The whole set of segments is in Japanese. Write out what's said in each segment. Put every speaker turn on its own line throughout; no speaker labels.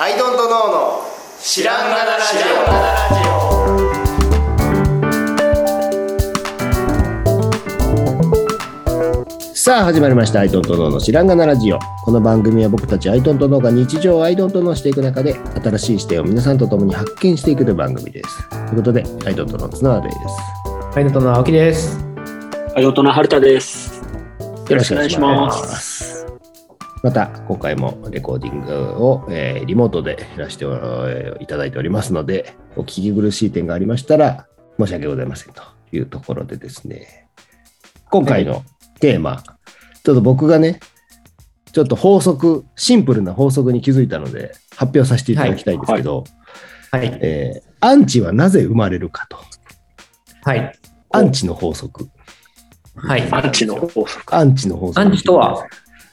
アイドントノーの知らんがなラジ
さあ始まりました「アイドントノーの知らんがなラジオ」この番組は僕たちアイドントノーが日常をアイドントノーしていく中で新しい視点を皆さんと共に発見していくという番組ですということでアイドントノーの綱原です
はい、のとの青木です。
アヨトナハルタです。
よろしくお願いしま。
よろしくお願いします
また今回もレコーディングを、えーリモートでやらせておえーいただいておりますので、お聞き苦しい点がありましたら申し訳ございませんというところでですね、今回のテーマ、ちょっと僕がね、ちょっと法則、シンプルな法則に気づいたので発表させていただきたいんですけど、
はい。
えーアンチはなぜ生まれるかと。
はい。
アンチの法則。
はい。
アンチの法則。
アンチの法則。
アンチとは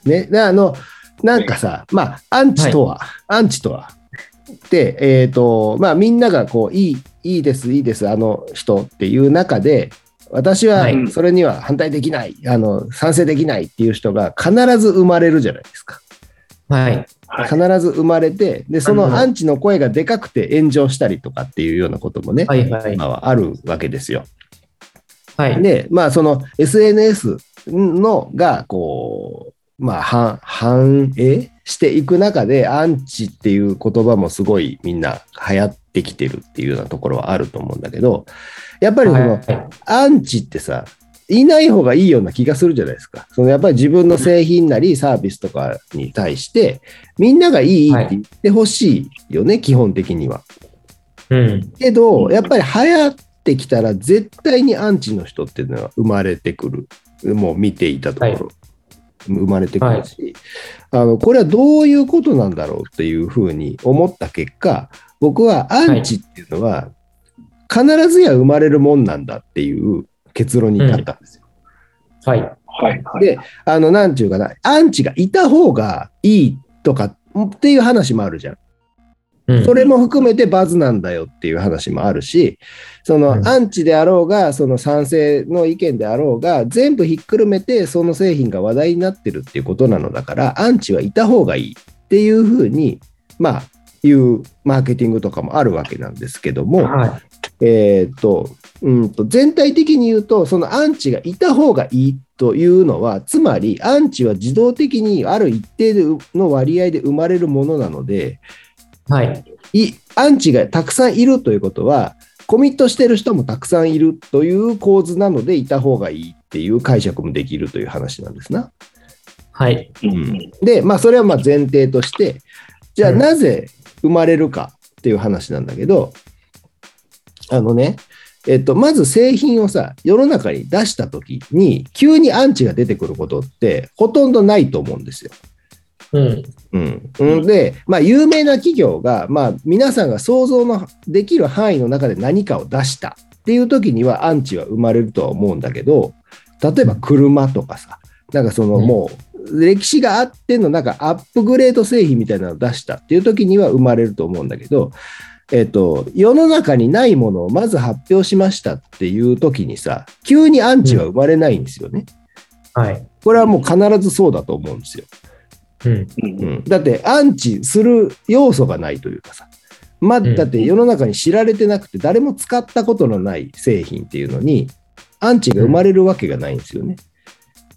ね、であの、なんかさ、まあ、アンチとは、アンチとは。で、えっ、と、まあ、みんながこう、いい、いいです、いいです、あの人っていう中で、私は
はい
それには反対できない、あの、賛成できないっていう人が必ず生まれるじゃないですか。
はい。
はい
必ず生まれて、で、そ
なる
の
ほど
アンチの声がでかくて炎上したりとかっていうようなこともね、
はい。はい。
今はあるわけですよ。
はい。
で、まあ、その SNS のが、こう、まあ、反反映していく中で、アンチっていう言葉もすごいみんな流行ってきてるっていうようなところはあると思うんだけど、やっぱりその、
はい
アンチってさ、いない方がいいような気がするじゃないですか。そのやっぱり自分の製品なりサービスとかに対して、みんながいいって言ってほしいよね、基本的には。
うん。
けど、やっぱり流行ってきたら、絶対にアンチの人っていうのは生まれてくる、もう見ていたところ、
はい
生まれてくるし、あの、これはどういうことなんだろうっていうふうに思った結果、僕はアンチっていうのは、必ずや生まれるもんなんだっていう結論に至ったんですよ。
はい。
はい。はい。
で、あの、なんていうかな、アンチがいた方がいいとかっていう話もあるじゃん。
うん
それも含めてバズなんだよっていう話もあるし、そ
うん
のアンチであろうが、その賛成の意見であろうが、全部ひっくるめてその製品が話題になってるっていうことなのだから、アンチはいた方がいいっていうふうに、まあ、いうマーケティングとかもあるわけなんですけども、
は
えーっと、うんと、全体的に言うと、そのアンチがいた方がいいというのは、つまり、アンチは自動的にある一定の割合で生まれるものなので、
い。はい。
いアンチがたくさんいるということは、コミットしてる人もたくさんいるという構図なので、いた方がいいっていう解釈もできるという話なんですな。
はい。
うん
で、まあ、それはまあ前提として、じゃあ
うん
なぜ生まれるかっていう話なんだけど、あのね、えっと、まず製品をさ、世の中に出したときに、急にアンチが出てくることって、ほとんどないと思うんですよ。
うん。
うん、で、まあ、有名な企業が、まあ、皆さんが想像のできる範囲の中で何かを出したっていう時にはアンチは生まれるとは思うんだけど例えば車とかさなんかその
うん
もう歴史があってのなんかアップグレード製品みたいなのを出したっていう時には生まれると思うんだけど、えっと、世の中にないものをまず発表しましたっていう時にさ急にアンチは生まれないんですよね。
はい。
これはもう必ずそうだと思うんですよ。
うん。
うん
うんだってアンチする要素がないというかさ、ま、
ん
だって世の中に知られてなくて誰も使ったことのない製品っていうのにアンチが生まれるわけがないんですよね。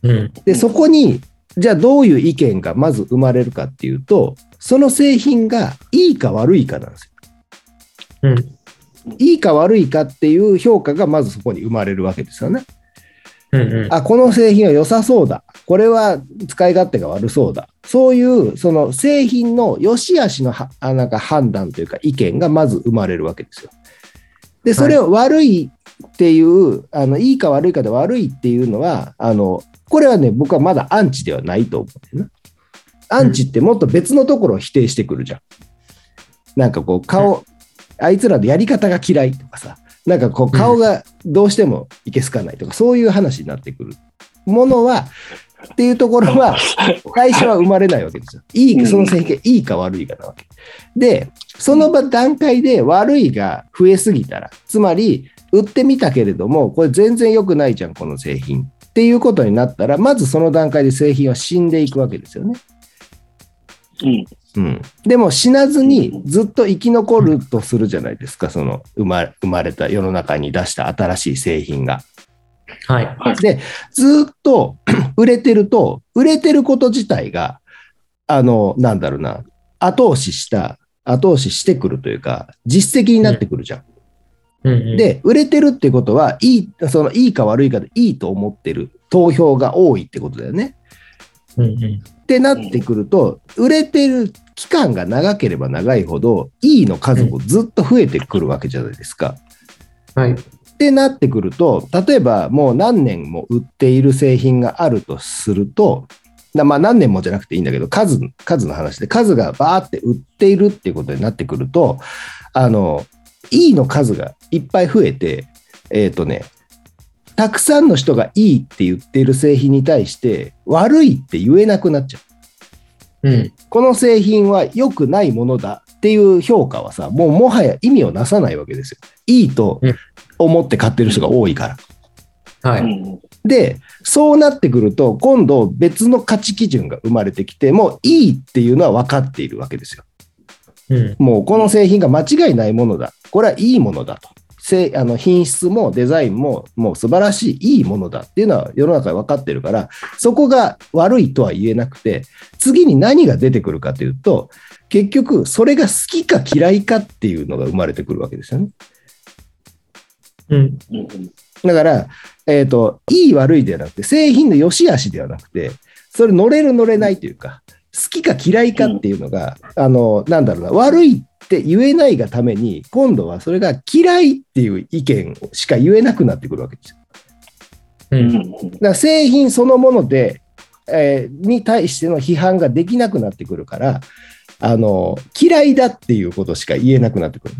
うん。
でそこにじゃあどういう意見がまず生まれるかっていうとその製品がいいか悪いかなんですよ。
うん。
いいか悪いかっていう評価がまずそこに生まれるわけですよね。
うん。うん。
あこの製品は良さそうだこれは使い勝手が悪そうだそういうその製品の良し悪しのはあなんか判断というか意見がまず生まれるわけですよ。でそれを悪いっていう、い、あのいいか悪いかで悪いっていうのはあのこれはね僕はまだアンチではないと思うんだよね。アンチってもっと別のところを否定してくるじゃん。なんかこう顔、あいつらのやり方が嫌いとかさなんかこう顔がどうしてもいけすかないとか、そういう話になってくるものはっていうところは最初は生まれないわけですよ。いいその製品がいいか悪いかなわけ。でその場段階で悪いが増えすぎたらつまり売ってみたけれどもこれ全然良くないじゃんこの製品っていうことになったらまずその段階で製品は死んでいくわけですよね。
うん
うん、でも死なずにずっと生き残るとするじゃないですか、その生ま生まれた世の中に出した新しい製品が。
はい。
ずっと 売れてると、売れてること自体が、あの、なんだろうな、後押しした、後押ししてくるというか、実績になってくるじゃん。
うんうん、
で、売れてるってことは、いい、その、いいか悪いかでいいと思ってる投票が多いってことだよね。
うんうん、
ってなってくると、売れてる期間が長ければ長いほど、いいの数もずっと増えてくるわけじゃないですか。
はい。
ってなってくると、例えばもう何年も売っている製品があるとすると、なまあ何年もじゃなくていいんだけど、数、数の話で、数がバーって売っているっていうことになってくると、あの、E の数がいっぱい増えて、えっ、とね、たくさんの人がいいって言っている製品に対して、悪いって言えなくなっちゃう。
うん。
この製品は良くないものだっていう評価はさ、もうもはや意味をなさないわけですよ。いいと思って買ってる人が多いから。
はい。
うん
で、そうなってくると、今度別の価値基準が生まれてきて、もういいっていうのは分かっているわけですよ。
うん。
もうこの製品が間違いないものだ。これはいいものだと。せあの品質もデザインももう素晴らしいいいものだっていうのは世の中で分かってるからそこが悪いとは言えなくて次に何が出てくるかというと結局それが好きか嫌いかっていうのが生まれてくるわけですよね。
うん。
うんうん
だから、えっ、と、いい悪いではなくて、製品の良し悪しではなくて、それ乗れる乗れないというか、好きか嫌いかっていうのが、あの、なんだろうな、悪いって言えないがために、今度はそれが嫌いっていう意見しか言えなくなってくるわけですよ。
う
うん
ん。
うん
だから製品そのもので、えーに対しての批判ができなくなってくるから、あの、嫌いだっていうことしか言えなくなってくる。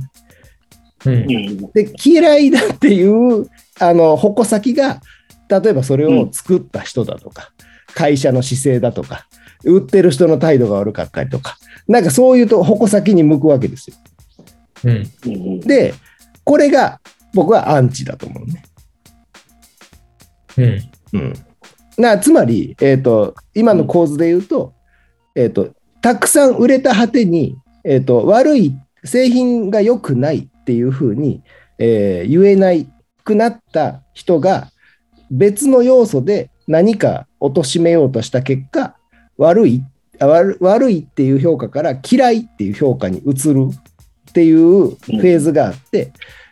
うん
う。ん
で嫌いだっていうあの矛先が例えばそれを作った人だとか、会社の姿勢だとか売ってる人の態度が悪かったりとかなんかそういうと矛先に向くわけですよ。
うん。
うん
でこれが僕はアンチだと思うね。
うん。
うん、なつまり、えー、と今の構図で言うと,、えー、とたくさん売れた果てに、えー、と悪い製品が良くないっていうふうに、えー言えなくなった人が別の要素で何か貶としめようとした結果悪いあ悪悪いっていう評価から嫌いっていう評価に移るっていうフェーズがあって、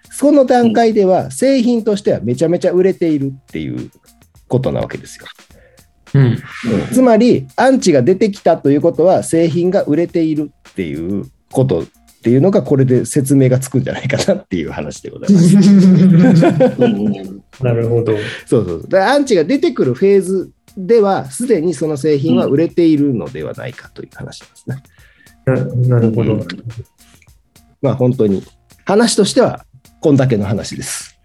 その段階では製品としてはめちゃめちゃ売れているっていうことなわけですよ。
うん。
つまり、アンチが出てきたということは、製品が売れているっていうことっていうのが、これで説明がつくんじゃないかなっていう話でございます。
うんうん
なるほど。
そうそうそうだからアンチが出てくるフェーズでは、すでにその製品は売れているのではないかという話ですね。
ななるほど。
まあ、本当に、話としては、こんだけの話です。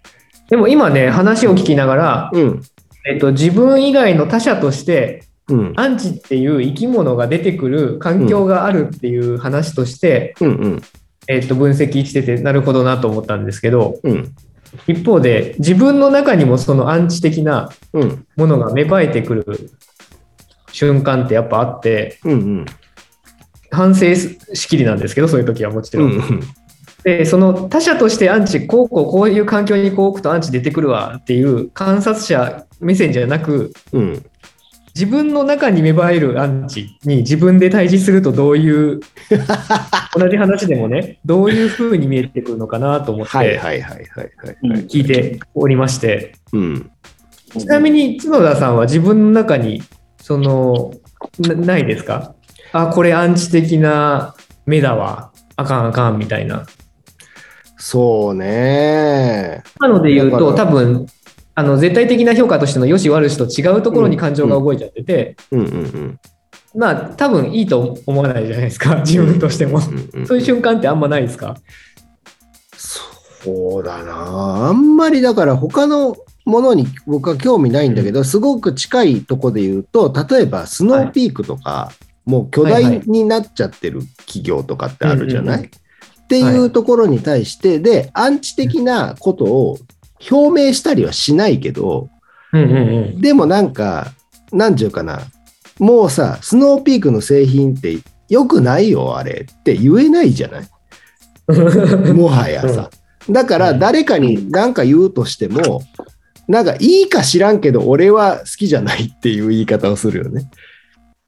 でも今ね、話を聞きながら、
うん。
えっと、自分以外の他者として、
うん。
アンチっていう生き物が出てくる環境があるっていう話として、
うんうん。
えっと、分析してて、なるほどなと思ったんですけど、
うん。
一方で、自分の中にもそのアンチ的な
うん。
ものが芽生えてくる瞬間ってやっぱあって、
うん。うん。
反省しきりなんですけど、そういう時はもち
う
ろん。
ん。
でその他者としてアンチこうこうこういう環境にこう置くとアンチ出てくるわっていう観察者目線じゃなく
うん。
自分の中に芽生えるアンチに自分で対峙するとどう いう同じ話でもねどういうふうに見えてくるのかなと思っ
はい
て
はいはいはいはい。
うん
聞いておりまして、
うん。
ちなみに角田さんは自分の中にそのなないですかあこれアンチ的な目だわあかんあかんみたいな。
そうね。
今ので言う
だか
と、
ら
多分あの絶対的な評価としての良し悪しと違うところに感情が動いちゃってて、
うんうんうん。
まあ、多分いいと思わないじゃないですか、自分としても。
うんうん
そういう瞬間ってあんまないですか
そうだなあんまりだから他のものに僕は興味ないんだけど、すごく近いとこで言うと例えばスノーピークとか、もう巨
は
大
いは
になっちゃってる企業とかってあるじゃない、
うんうん
ってい
は
うところに対して、でアンチ的なことを表明したりはしないけど
うんうんうん。
でもなんか何て言うかなもうさスノーピークの製品って良くないよ、あれって言えないじゃない。 もはやさ。だから、誰かに何か言うとしても、なんかいいか知らんけど、俺は好きじゃないっていう言い方をするよね。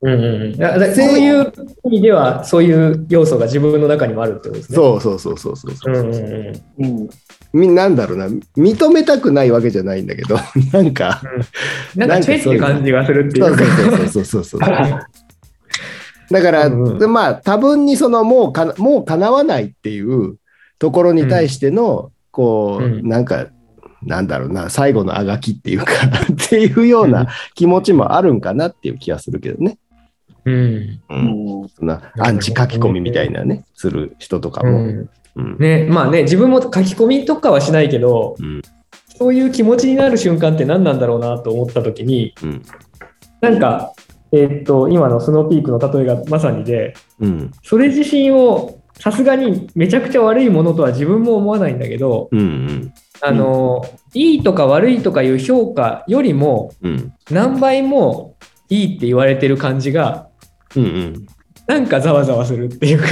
うんうん、 だだそういう意味では、そういう要素が自分の中にもあるってことですね。
そうそうそうそうそうそうう。
んうんうん
うん。
みなんだろうな、認めたくないわけじゃないんだけど、 なんか、
なんかチェンって感じがするってい
そうう
か。
そうそうそうそうそう。だから、
うんう
まあ多分にそのもうかなもう叶わないっていうところに対しての、こう、
うん
なんかなんだろうな最後のあがきっていうか っていうような気持ちもあるんかなっていう気はするけどね。
うん
う、
うんん。
そんなアンチ書き込みみたいなねする人とか
う
も。
ん
うん
ね、まあね、自分も書き込みとかはしないけど、
うん
そういう気持ちになる瞬間って何なんだろうなと思った時に、
うん
なんか、えーっと、今のスノーピークの例えがまさにで、
うん
それ自身をさすがにめちゃくちゃ悪いものとは自分も思わないんだけど、
うん
あの、いいとか悪いとかいう評価よりも、
うん
何倍もいいって言われてる感じが
うんうん
なんかざわざわするっていうか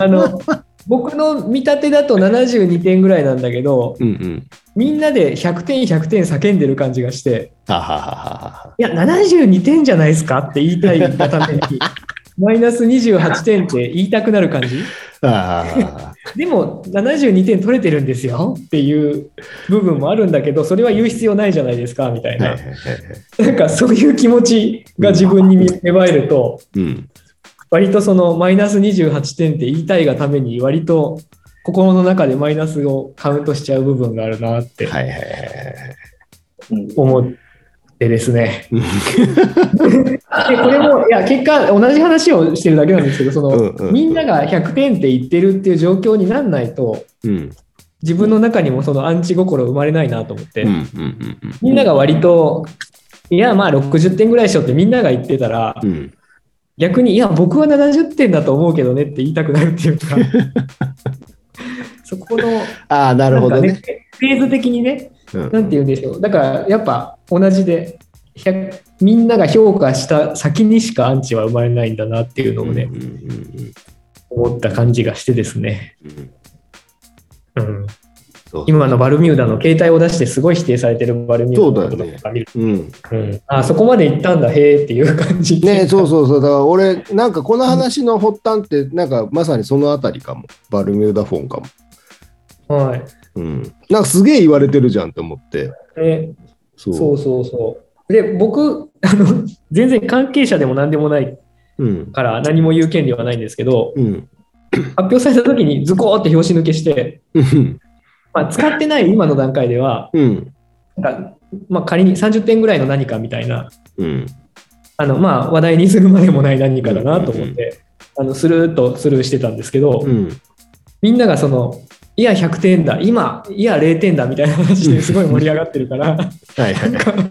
あの僕の見立てだと72点ぐらいなんだけど
うんうん
みんなで100点100点叫んでる感じがして
ははははは。
いや72点じゃないですかって言いたいがためにマイナス28点って言いたくなる感じ
ああ
でも72点取れてるんですよっていう部分もあるんだけどそれは言う必要ないじゃないですかみたい
はい
な、
はいはいはい。
なんかそういう気持ちが自分に芽生えると。
うん
割とそのマイナス28点って言いたいがために割と心の中でマイナスをカウントしちゃう部分があるなって
はいはいはいはい。
うん
思ってで すね。でこれもいや結果同じ話をしてるだけなんですけどその、
うんうんうん
みんなが100点って言ってるっていう状況になんないと
うん
自分の中にもそのアンチ心生まれないなと思って、
うんうんうんうん
みんなが割といやまあ60点ぐらいでしょってみんなが言ってたら、
うん。
逆にいや僕は70点だと思うけどねって言いたくなるってい うかそこの
ああ、なるほど
なん
ね。
かフェーズ的にね
うん
なんて言うんでしょうだからやっぱ同じで100みんなが評価した先にしかアンチは生まれないんだなっていうのをね、
うんうんうん
思った感じがしてですね、
うんうん
うん、
そう
今のバルミューダの携帯を出してすごい否定されてるバルミューダの
そうだ
こ
よね
とか見る
うん
と、うんあそこまで行ったんだへえっていう感じ
ねそうそうそうだから俺なんかこの話の発端ってなんかまさにそのあたりかもバルミューダフォンかも、
はい
うん、なんかすげえ言われてるじゃんと思って
ね
そう
そうそうそう。で、僕、 あの、全然関係者でも何でもない
うん
から何も言う権利はないんですけど、
うん
発表された時にズコーって拍子抜けして、
うん
まあ、使ってない今の段階では、
うん
なんかまあ、仮に30点ぐらいの何かみたいな、
うん
あのまあ、話題にするまでもない何かだなと思って、あのスルーっとスルーしてたんですけど、
うん
みんながその、いや100点だ、今、いや0点だみたいな話ですごい盛り上がってるか
は
ら、
いはいはい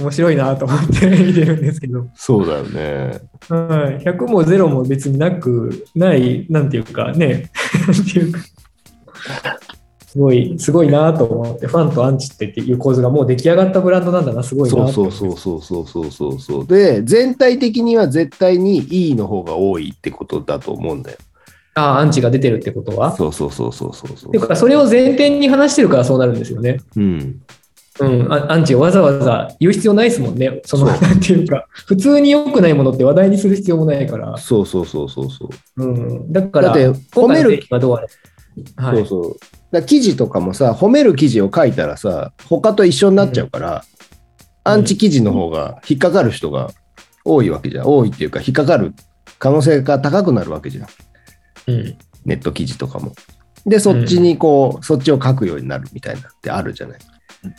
面白いなと思って見てるんですけど。
そうだよね
はい、100も0も別になくない、なんていうかね、なんていうか、すごい、すごいなと思って、ファンとアンチってっていう構図がもう出来上がったブランドなんだな、すごいな
そう
と
そうそうそうそうそうそうそうで全体的には絶対にいいの方が多いってことだと思うんだよ
ああ、アンチが出てるってことは。
そうそうそうそうそうそう
っていうか、それを前提に話してるからそうなるんですよね。
うん
うん、あアンチをわざわざ言う必要ないですもんね。その、
そう
なんていうか、普通に良くないものって話題にする必要もないから。
そうそうそうそうそう
うん、だか
だ
ら、
って
今回の
褒める
製品はどうあれ。はい、
そうそう。だから記事とかもさ、褒める記事を書いたらさ、他と一緒になっちゃうから、アンチ記事の方が引っかかる人が多いわけじゃん。多いっていうか、引っかかる可能性が高くなるわけじゃん。
うん
ネット記事とかも。で、そっちにこう、そっちを書くようになるみたいなってあるじゃない。
うん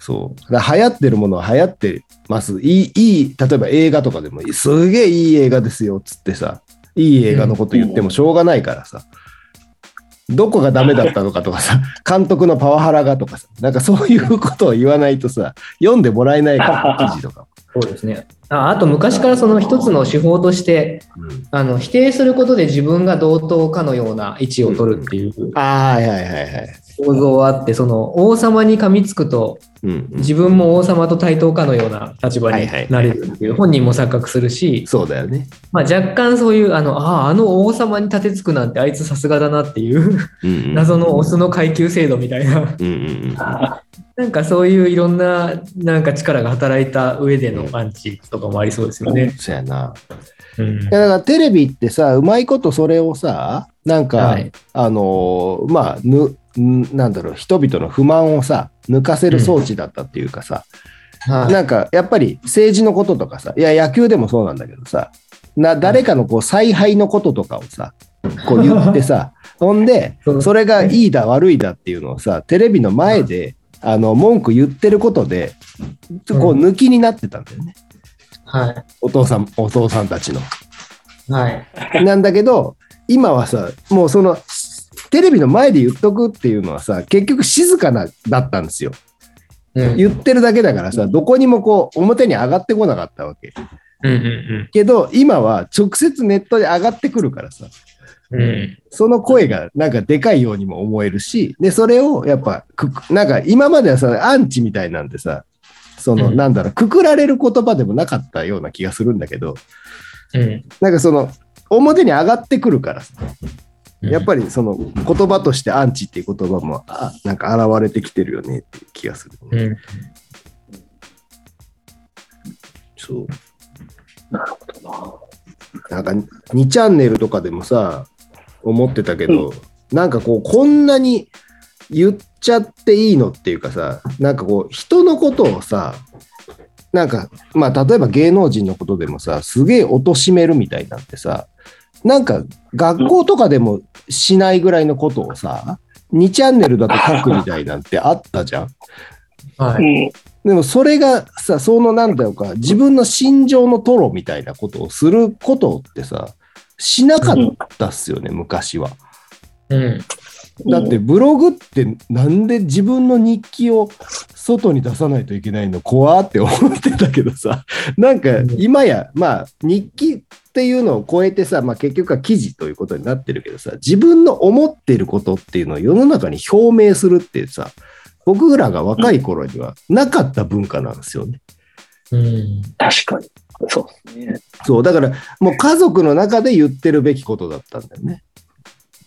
そう。だから流行ってるものは流行ってます。いい、いい、例えば映画とかでも、すげえいい映画ですよ、つってさ、いい映画のこと言ってもしょうがないからさ、どこがダメだったのかとかさ、監督のパワハラがとかさ、なんかそういうことを言わないとさ、読んでもらえないから、記事 とかも。
そうですね。ああと昔からその一つの手法として
うん
あの否定することで自分が同等かのような位置を取るっていう、
ああ、はいはいはいはい。
構造はあって、その王様に噛みつくと、
うんうん
自分も王様と対等かのような立場になれるっていう、本人も錯覚するし、
そうだよね。
まあ、若干そういう、あの、ああ、あの王様に立てつくなんてあいつさすがだなっていう、
うんうん
謎のオスの階級制度みたいな、
うんうん
なんかそういういろんな、なんか力が働いた上でのアンチとかもありそうですよ
う
ね
ん。。そうやな。
うん
いやだからテレビってさ、うまいことそれをさ、なんか、
はい
あのーまあ、ぬ、んなんだろう、人々の不満をさ、抜かせる装置だったっていうかさ、
はい
なんかやっぱり政治のこととかさ、いや、野球でもそうなんだけどさ、な誰かのこう采配のこととかをさ、こ う言ってさ、ほんで
そう、
それがいいだ悪いだっていうのをさ、テレビの前で、あの文句言ってることで、こう抜きになってたんだよね、
は
お父さん、お父さんたちの。
い。はい。
なんだけど、今はさ、もうその、テレビの前で言っとくっていうのはさ、結局静かなだったんですよ。
うん
言ってるだけだからさ、どこにもこう、表に上がってこなかったわけ。
うんうん
けど、今は直接ネットで上がってくるからさ、
うんうん
その声がなんかでかいようにも思えるし、で、それをやっぱくく、なんか今まではさ、アンチみたいなんでさ、その、
うん
なんだろう、くくられる言葉でもなかったような気がするんだけど、
うん
なんかその、表に上がってくるからさ、
うん。
やっぱりその言葉としてアンチっていう言葉もあなんか現れてきてるよねっていう気がする、
り。うん
そう
なるほどな。
なんか2チャンネルとかでもさ思ってたけど、なんかこうこんなに言っちゃっていいのっていうかさなんかこう人のことをさなんかまあ例えば芸能人のことでもさすげえ貶めるみたいなんてさなんか学校とかでもしないぐらいのことをさ2チャンネルだと書くみたいなんてあったじゃん
は
う
い。
ん。
でもそれがさ、そのなんだろうか、自分の心情のトロみたいなことをすることってさ、しなかったっすよね、昔は。
うん。
だってブログってなんで自分の日記を外に出さないといけないの怖って思ってたけどさ、 なんか今や、まあ日記っていうのを超えてさ、まあ結局は記事ということになってるけどさ、自分の思ってることっていうのを世の中に表明するってさ、僕らが若い頃にはなかった文化なんですよね。
うん。
確かに。そうですね。
そう、だからもう家族の中で言ってるべきことだったんだよね。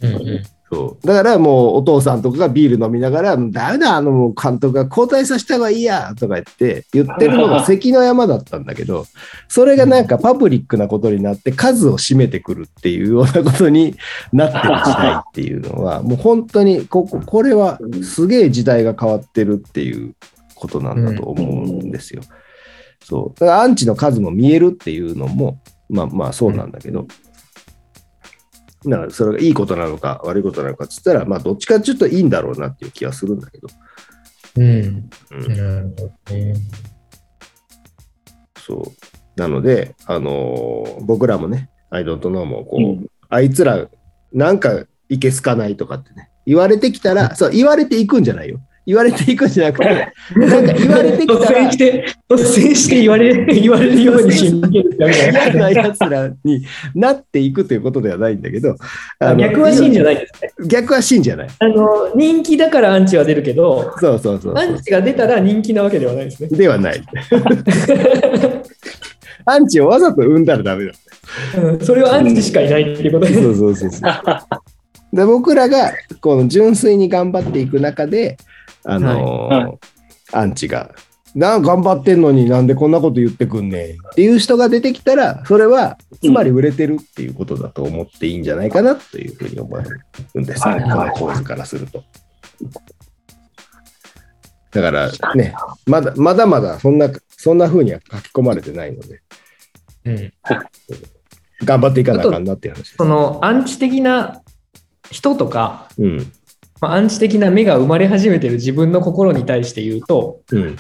うん。
そうだからもうお父さんとかがビール飲みながら、だめだ、あのもう監督が交代させた方がいいやとか言って言ってるのが関の山だったんだけど、それがなんかパブリックなことになって数を占めてくるっていうようなことになってましたいっていうのは、もう本当にここ、これはすげえ時代が変わってるっていうことなんだと思うんですよ。そう。だからアンチの数も見えるっていうのも、まあまあそうなんだけど、だからそれがいいことなのか悪いことなのかっつったら、まあどっちかちょっといいんだろうなっていう気はするんだけど、
うん。
うん
なるほどね。
そう。なので、あのー僕らもね、I don't know もこう、
うん。
あいつらなんかいけすかないとかってね、言われてきたら、そう、言われていくんじゃないよ。言われていくんじゃな くて、なんか言われてきたら
突然して、突然して言われる、言われるようにしんけるみたい
嫌なやつらになっていくということではないんだけど、あ
な。
の
逆は信じゃないですね。
逆は信じゃない。
あの、人気だからアンチは出るけど、
そうそうそう
ア
そう
ンチが出たら人気なわけではないですね。
ではない。アンチをわざと生んだらダメだ。
うんそれはアンチしかいないっていうことです。
そうそうそう そう。で僕らがこの純粋に頑張っていく中で、あのー
はい
アンチが。な頑張ってんのになんでこんなこと言ってくんねんっていう人が出てきたらそれはつまり売れてるっていうことだと思っていいんじゃないかなというふうに思うんですよ、
はい
この構図からすると。だからねまだまだまだそんなそんなふうには書き込まれてないので
うん
頑張っていかなあかんなっていう話です
そ。の、アンチ的な人とか、
うん
まあアンチ的な目が生まれ始めてる自分の心に対して言うと、
うん、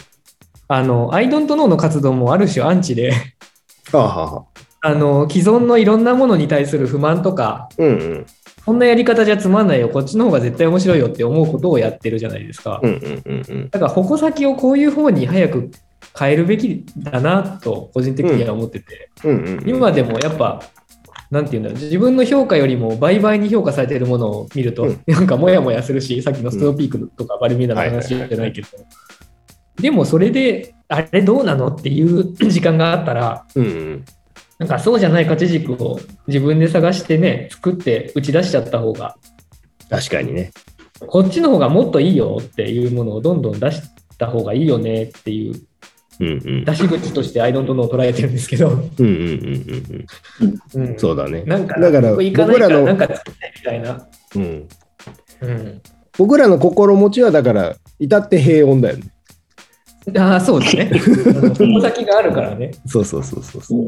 あの、アイドントノーの活動もある種アンチで、
ああはあはあ
あの、既存のいろんなものに対する不満とか、
うんうん
こんなやり方じゃつまんないよ、こっちの方が絶対面白いよって思うことをやってるじゃないですか。
うんうんうんうん
だから矛先をこういう方に早く変えるべきだなと個人的には思ってて、
うんうんうん
今でもやっぱなんていうんだろう、自分の評価よりも倍々に評価されているものを見ると、
うん
なんかモヤモヤするし、さっきのストーピークとかバルミューダの話じゃないけど、でもそれで、あれどうなのっていう 時間があったら、
うん
なんかそうじゃない価値軸を自分で探してね、作って打ち出しちゃった方が、
確かにね。
こっちの方がもっといいよっていうものをどんどん出した方がいいよねっていう、
うんうん。
出し口としてアイドントノーを捉えてるんですけど、
うんうんうんうん
う
うんん。そうだね。
なんか、
だから
僕行かないから
僕らの
なんか作ってみたいな。
うん。
うん
僕らの心持ちはだから、至って平穏だよね。
ああ、そうですね。その先があるからね。
そうそうそうそうそう。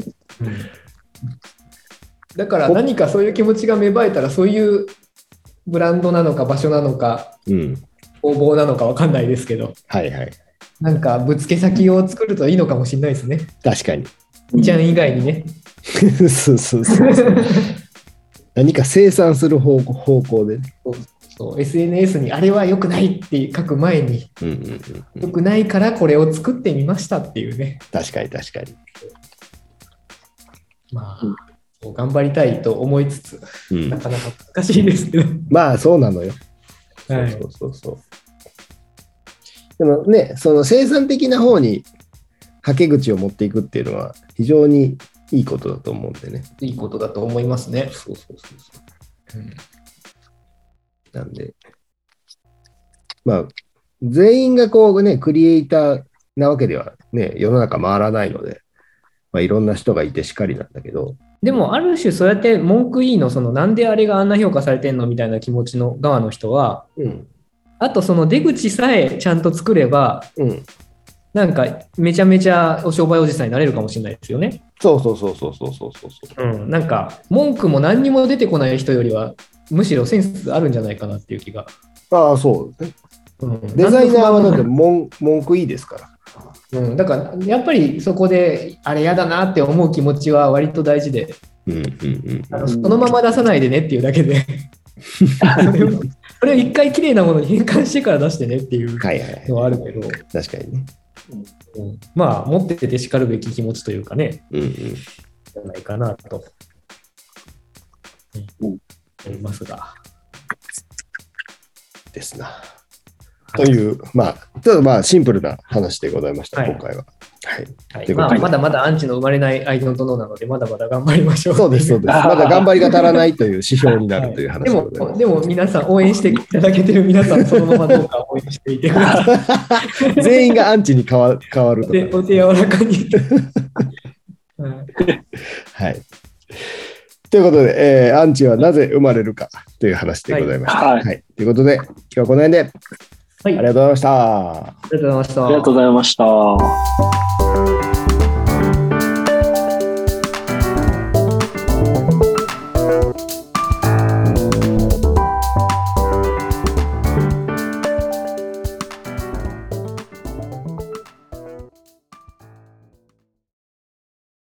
だから何かそういう気持ちが芽生えたら、そういうブランドなのか場所なのか
うん。
工房なのかわかんないですけど、
はいはい。
なんかぶつけ先を作るといいのかもしれないですね。
確かに。
みちゃん以外にね。
そうそうそうそう。何か生産する方向方向でね。
そう SNS にあれは良くないって書く前に、
うんうんうんう
良
ん。
くないからこれを作ってみましたっていうね。
確かに確かに。
ま
うん
あ、そう頑張りたいと思いつつ、
うん
な、かなか難しいですけど。
まあそうなのよ。
はい
そうそうそうそう。でもね、その生産的な方にはけ口を持っていくっていうのは非常にいいことだと思うんでね。
いいことだと思いますね。
そうそうそうそ
うん
う。なんで、まあ、全員がこうね、クリエイターなわけではね、世の中回らないので、まあ、いろんな人がいてしかりなんだけど、
でもある種そうやって文句いいのそのなんであれがあんな評価されてんのみたいな気持ちの側の人は
うん、
あとその出口さえちゃんと作れば
うん。
なんかめちゃめちゃお商売おじさんになれるかもしれないですよね。
そうそうそうそうそうそうそうそう。
うん、なんか文句も何にも出てこない人よりはむしろセンスあるんじゃないかなっていう気が。
ああ、そう。
うん、
デザイナーはだって文文句いいですから。
うん、だからやっぱりそこであれやだなって思う気持ちは割と大事で
うんうんうん。
あのそのまま出さないでねっていうだ けでそれをそれを一回綺麗なものに変換してから出してねっていう
はいはいはい。
のはあるけど、
確かにね。
うんまあ持っててしかるべき気持ちというかね
うんうん。
じゃないかなと
うん
思いますが
ですな。という、まあ、ちょっとまあ、シンプルな話でございました、
はい
今回は。はい。
はい
ということ
まあ、
で
まだまだアンチの生まれないアイドントノーなのでまだまだ頑張りましょう
そうです、そうです。
あー
まだ頑張りが足らないという指標になるという話
で
でござい
も
ま
でも皆さん応援していただけてる皆さんそのままどうか応援していてく ださい
す。全員がアンチに変わ変わると
で
か。
お手柔らか に、はい
はい。ということで、えーアンチはなぜ生まれるかという話でございました。
はい
はい。ということで、今日はこの辺で、あ
はい、あり
りがとう
が
ございました。
とうございました
ありがとうございました。